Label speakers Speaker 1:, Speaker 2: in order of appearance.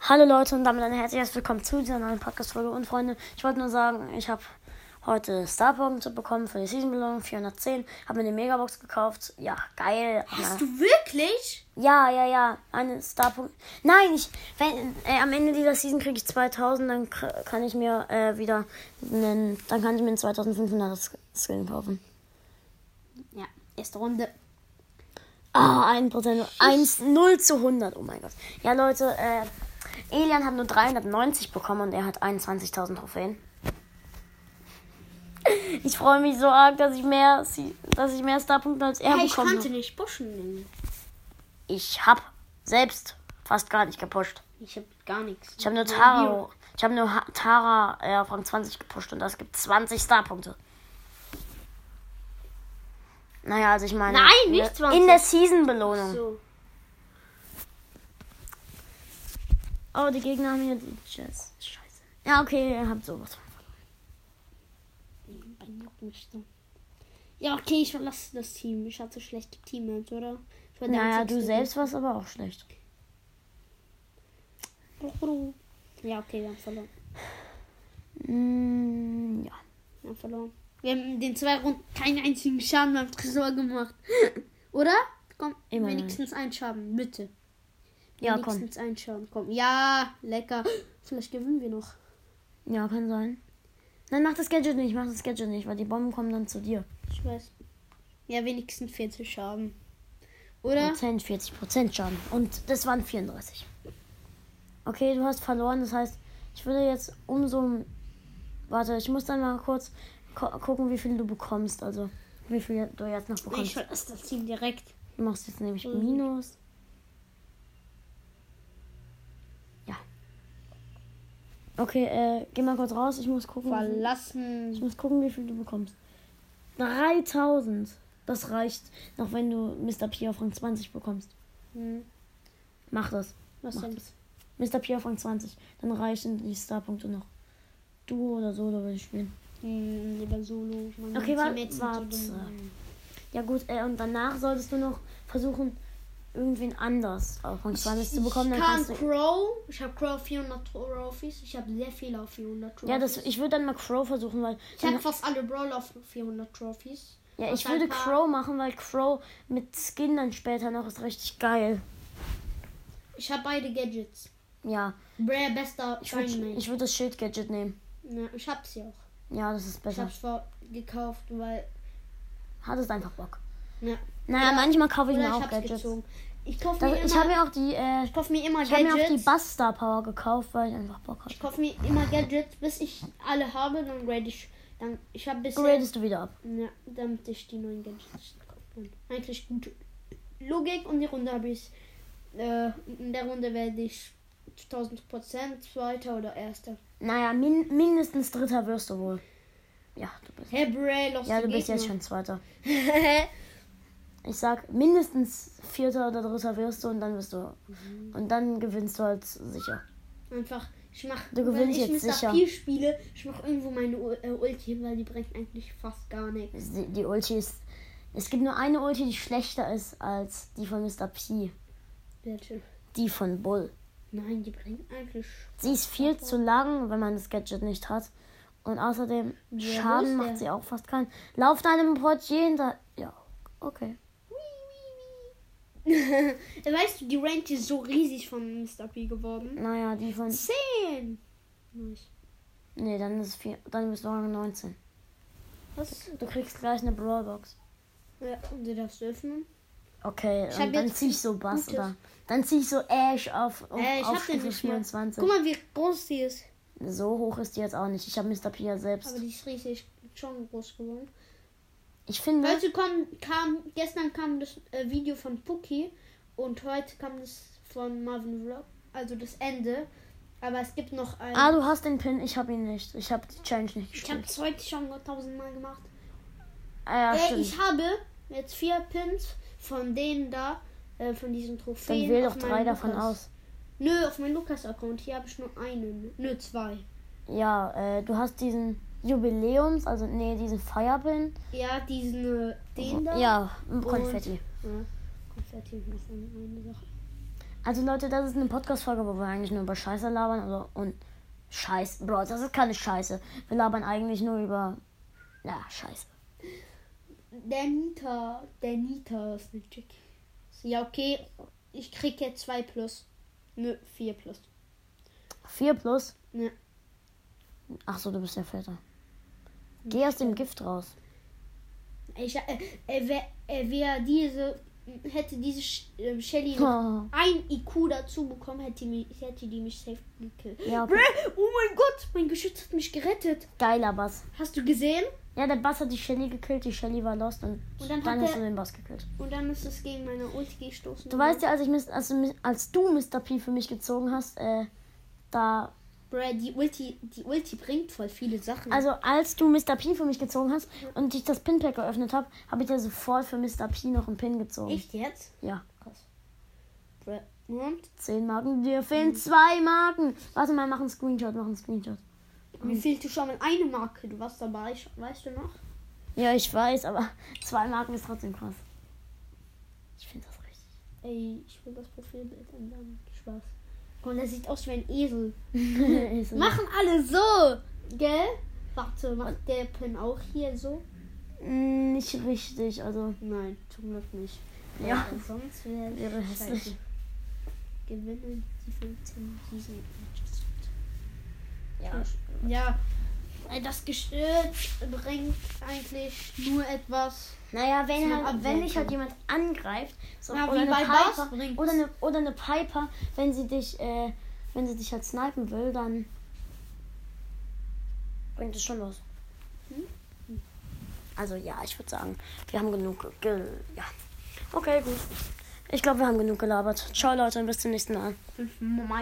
Speaker 1: Hallo Leute und damit ein herzliches Willkommen zu dieser neuen Podcast-Folge. Und Freunde, ich wollte nur sagen, ich habe heute Starbombs bekommen für die Season Belohnung 410. Habe mir eine Megabox gekauft. Ja, geil.
Speaker 2: Hast du wirklich?
Speaker 1: Ja, ja, ja. Eine Starpunkt. Nein, ich. Wenn, äh, am Ende dieser Season kriege ich 2000, dann kr- kann ich mir äh, wieder einen. Dann kann ich mir einen 2500er Skin kaufen.
Speaker 2: Ja, erste Runde.
Speaker 1: Ah, 1%. 1, 0 zu 100. Oh mein Gott. Ja, Leute, äh, Elian hat nur 390 bekommen und er hat 21.000 Trophäen. Ich freue mich so arg, dass ich mehr, Sie- dass ich mehr Starpunkte als er
Speaker 2: Hey, ich
Speaker 1: bekommen
Speaker 2: konnte
Speaker 1: habe.
Speaker 2: nicht pushen. Lenny.
Speaker 1: Ich hab selbst fast gar nicht gepusht.
Speaker 2: Ich hab gar nichts.
Speaker 1: Ich habe nur
Speaker 2: Mein
Speaker 1: Tara,
Speaker 2: Bio.
Speaker 1: ich habe nur Ha- Tara äh, auf Rang 20 gepusht und das gibt 20 Starpunkte. Naja, also ich meine.
Speaker 2: Nein,
Speaker 1: in
Speaker 2: nicht
Speaker 1: der-
Speaker 2: 20.
Speaker 1: In der Season-Belohnung.
Speaker 2: So.
Speaker 1: Oh, die Gegner haben hier die Jets. Scheiße. Ja, okay, ihr habt sowas.
Speaker 2: Mein juckt mich so. Ja, okay, ich verlasse das Team. Ich hatte schlechte Teammates, oder? Ich war der
Speaker 1: Naja,
Speaker 2: einzige
Speaker 1: du
Speaker 2: Team.
Speaker 1: selbst warst aber auch schlecht.
Speaker 2: Ja, okay, wir haben verloren.
Speaker 1: Mm, ja.
Speaker 2: Wir haben verloren. Wir haben in den zwei Runden keinen einzigen Schaden beim Tresor gemacht. oder? Komm,
Speaker 1: Immer noch
Speaker 2: wenigstens einen Schaden, bitte.
Speaker 1: Ja, komm.
Speaker 2: wenigstens einen Schaden, komm. Ja, lecker. Vielleicht gewinnen wir noch.
Speaker 1: Ja, kann sein. Nein, mach das Gadget nicht, mach das Gadget nicht, weil die Bomben kommen dann zu dir.
Speaker 2: Ich weiß. Ja, wenigstens 40 Schaden. Oder?
Speaker 1: Prozent, 40 Prozent Schaden. Und das waren 34. Okay, du hast verloren, das heißt, ich würde jetzt umso. Warte, ich muss dann mal kurz ko gucken, wie viel du bekommst. Also, wie viel du jetzt noch
Speaker 2: Nee, ich
Speaker 1: bekommst.
Speaker 2: verlasse das Team direkt.
Speaker 1: Du machst jetzt nämlich
Speaker 2: Mhm.
Speaker 1: Minus. Ja. Okay, äh, geh mal kurz raus. Ich muss gucken. wie viel- Mhm. Ich
Speaker 2: Verlassen.
Speaker 1: muss gucken, wie viel du bekommst. 3000. Das reicht, noch wenn du Mr. P auf Rang 20 bekommst.
Speaker 2: Hm,
Speaker 1: Mach das.
Speaker 2: Was
Speaker 1: Mach
Speaker 2: denn?
Speaker 1: das. Mr. P auf Rang 20. Dann reichen die Starpunkte noch. Duo oder Solo würde ich spielen.
Speaker 2: Hm, lieber Solo. Meine
Speaker 1: Okay, wa-
Speaker 2: Teammates sind so
Speaker 1: warte.
Speaker 2: dumm.
Speaker 1: Ja gut, äh, und danach solltest du noch versuchen, irgendwen anders auf Rang 20 zu bekommen. Dann
Speaker 2: Ich kann
Speaker 1: kannst du
Speaker 2: Crow. Ich habe Crow 400 Trophies. Ich habe sehr viele auf 400 Trophies.
Speaker 1: Ja, das, ich würde dann mal Crow versuchen, weil.
Speaker 2: ich
Speaker 1: Dann,
Speaker 2: habe fast alle Brawler auf 400 Trophies.
Speaker 1: ja, ich
Speaker 2: Und ein
Speaker 1: würde
Speaker 2: paar-
Speaker 1: Crow machen, weil Crow mit Skin dann später noch ist richtig geil.
Speaker 2: Ich habe beide Gadgets.
Speaker 1: Ja,
Speaker 2: Brer, bester
Speaker 1: ich würde
Speaker 2: Scheinmate.
Speaker 1: ich würd das Schild-Gadget nehmen.
Speaker 2: Ja, ich habe sie auch.
Speaker 1: Ja, das ist
Speaker 2: Ich
Speaker 1: besser.
Speaker 2: habe es gekauft, weil.
Speaker 1: Hat es einfach Bock.
Speaker 2: Ja.
Speaker 1: Naja, manchmal kaufe ich mir
Speaker 2: Oder ich
Speaker 1: auch
Speaker 2: habe
Speaker 1: Gadgets.
Speaker 2: gezogen. Ich kaufe
Speaker 1: Das,
Speaker 2: mir
Speaker 1: ich
Speaker 2: immer-
Speaker 1: habe mir auch die, äh,
Speaker 2: Ich kaufe mir immer
Speaker 1: ich habe mir auch die
Speaker 2: Gadgets.
Speaker 1: Buster Power gekauft, weil ich einfach Bock
Speaker 2: Ich
Speaker 1: hatte.
Speaker 2: kaufe mir immer Gadgets, bis ich alle habe, dann grade ich. Dann ich habe bisher,
Speaker 1: Gradest du wieder ab.
Speaker 2: ja, damit ich die neuen Gadgets kaufen kann. Eigentlich gute Logik und die Runde habe ich. Äh, in der Runde werde ich 1000 Prozent Zweiter oder Erster.
Speaker 1: Naja, min mindestens Dritter wirst du wohl. Ja, du bist.
Speaker 2: Hey Bray, los
Speaker 1: Ja, du
Speaker 2: die
Speaker 1: bist jetzt
Speaker 2: Gegner.
Speaker 1: schon Zweiter. Ich sag, mindestens Vierter oder Dritter wirst du und dann wirst du.
Speaker 2: Mhm.
Speaker 1: Und dann gewinnst du halt sicher.
Speaker 2: Einfach, ich mache,
Speaker 1: Du
Speaker 2: wenn
Speaker 1: gewinnst
Speaker 2: ich
Speaker 1: jetzt
Speaker 2: Mr.
Speaker 1: sicher.
Speaker 2: P spiele, ich mache irgendwo meine U- äh, Ulti hin, weil die bringt eigentlich fast gar nichts.
Speaker 1: Die, die Ulti ist. Es gibt nur eine Ulti, die schlechter ist als die von Mr. P.
Speaker 2: Welche?
Speaker 1: Die von Bull.
Speaker 2: Nein, die bringt eigentlich.
Speaker 1: Sie ist viel zu lang, wenn man das Gadget nicht hat. Und außerdem,
Speaker 2: Ja, wo
Speaker 1: Schaden
Speaker 2: ist
Speaker 1: macht
Speaker 2: der?
Speaker 1: sie auch fast keinen. Lauf deinem Portier hinter. Ja, okay.
Speaker 2: weißt du, die Range ist so riesig von Mr. P geworden.
Speaker 1: Naja, die von.
Speaker 2: 10! Nice.
Speaker 1: Nee, dann ist vier, dann bist du Rang 19.
Speaker 2: Was?
Speaker 1: Du kriegst gleich eine Brawlbox.
Speaker 2: Ja, und du darfst öffnen.
Speaker 1: Okay,
Speaker 2: Ich hab
Speaker 1: und dann
Speaker 2: jetzt
Speaker 1: zieh ich so Bass
Speaker 2: Gutes.
Speaker 1: oder. Dann zieh ich so Ash auf, auf,
Speaker 2: Äh, ich
Speaker 1: auf
Speaker 2: hab den
Speaker 1: Stufe
Speaker 2: nicht mehr.
Speaker 1: 24.
Speaker 2: Guck mal, wie groß die ist.
Speaker 1: So hoch ist die jetzt auch nicht. Ich habe Mr. Pia
Speaker 2: Aber
Speaker 1: selbst.
Speaker 2: die ist riesig schon groß geworden.
Speaker 1: Ich finde.
Speaker 2: Heute kam, kam gestern kam das äh, Video von Puki und heute kam das von Marvin Vlog. Also das Ende. Aber es gibt noch ein.
Speaker 1: Ah, du hast den Pin, ich habe ihn nicht. Ich habe die Challenge nicht
Speaker 2: ich habe
Speaker 1: gespielt.
Speaker 2: es heute schon tausendmal gemacht.
Speaker 1: Ah, ja,
Speaker 2: äh,
Speaker 1: stimmt.
Speaker 2: ich habe jetzt vier Pins von denen da, äh, von diesen Trophäen.
Speaker 1: Dann wähl
Speaker 2: auf
Speaker 1: doch drei
Speaker 2: meinem
Speaker 1: davon
Speaker 2: Lukas.
Speaker 1: aus.
Speaker 2: Nö, auf meinem Lukas-Account. Hier habe ich nur einen. Nö, zwei.
Speaker 1: Ja, äh, du hast diesen Jubiläums, also nee, diesen Feierpin.
Speaker 2: Ja, diesen, äh, den da.
Speaker 1: Ja, Konfetti.
Speaker 2: Ja, Konfetti ist noch eine Sache.
Speaker 1: Also Leute, das ist eine Podcast-Folge, wo wir eigentlich nur über Scheiße labern also, und Scheiß, Bro, das ist keine Scheiße. Wir labern eigentlich nur über, ja, Scheiße.
Speaker 2: Der Nita, der Nita ist nicht schick. Ja, okay, ich krieg jetzt 2 plus. Nö, 4 plus.
Speaker 1: 4 plus.
Speaker 2: Ne,
Speaker 1: Ach so, du bist der Vetter. Geh aus dem Gift raus.
Speaker 2: ich, äh, äh, wer, äh, wer diese, hätte diese Sch ähm, Shelly noch
Speaker 1: Oh.
Speaker 2: ein IQ dazu bekommen, hätte, die mich, hätte die mich safe gekillt.
Speaker 1: Ja, okay.
Speaker 2: Bruh, oh mein Gott, mein Geschütz hat mich gerettet.
Speaker 1: Geiler Bass.
Speaker 2: Hast du gesehen?
Speaker 1: Ja, der Bass hat die Shelly gekillt, die Shelly war lost und,
Speaker 2: Und dann
Speaker 1: dann,
Speaker 2: hat
Speaker 1: hast
Speaker 2: der-
Speaker 1: du den Bass gekillt.
Speaker 2: Und dann ist es gegen meine Ulti gestoßen.
Speaker 1: Du weißt ja, als, ich, Mis- als, du Mis- als du Mr. P für mich gezogen hast, äh, da
Speaker 2: Bruh, die Ulti, die Ulti bringt voll viele Sachen.
Speaker 1: Also als du Mr. P für mich gezogen hast und ich das Pinpack geöffnet habe, habe ich ja sofort für Mr. P noch einen Pin gezogen.
Speaker 2: Echt jetzt?
Speaker 1: Ja.
Speaker 2: Bruh. Und?
Speaker 1: Zehn Marken. Dir fehlen zwei Marken. Warte mal, mach einen Screenshot, mach einen Screenshot. Mhm.
Speaker 2: Mir fehlte schon mal eine Marke. Du warst dabei, sch- weißt du noch?
Speaker 1: Ja, ich weiß, aber zwei Marken ist trotzdem krass. Ich finde das richtig.
Speaker 2: Ey, ich will das Profilbild ändern. Spaß. Und das sieht aus wie ein Esel.
Speaker 1: Ist so-
Speaker 2: Machen alle so, gell? Warte, macht der Pin auch hier so?
Speaker 1: Mm, Nicht richtig, also.
Speaker 2: Nein, zum Glück nicht.
Speaker 1: Ja.
Speaker 2: Weil Sonst wäre
Speaker 1: Wäre
Speaker 2: es
Speaker 1: hässlich.
Speaker 2: scheiße. Gewinnen die 15 diesen Matches.
Speaker 1: Ja.
Speaker 2: Ja, äh, das Geschütz bringt eigentlich nur etwas.
Speaker 1: Naja, wenn,
Speaker 2: Zum
Speaker 1: halt, wenn dich halt jemand
Speaker 2: Ablenken.
Speaker 1: angreift, so,
Speaker 2: Ja,
Speaker 1: oder,
Speaker 2: wie
Speaker 1: eine
Speaker 2: bei Bass
Speaker 1: Piper,
Speaker 2: bringt's.
Speaker 1: oder, eine, oder eine Piper, wenn sie dich, äh, wenn sie dich halt snipen will, dann bringt es schon los.
Speaker 2: Hm?
Speaker 1: Also ja, ich würde sagen, wir haben genug. Ge ja. Okay, gut. Ich glaube, wir haben genug gelabert. Ciao Leute und bis zum nächsten Mal.
Speaker 2: Fünf Mal.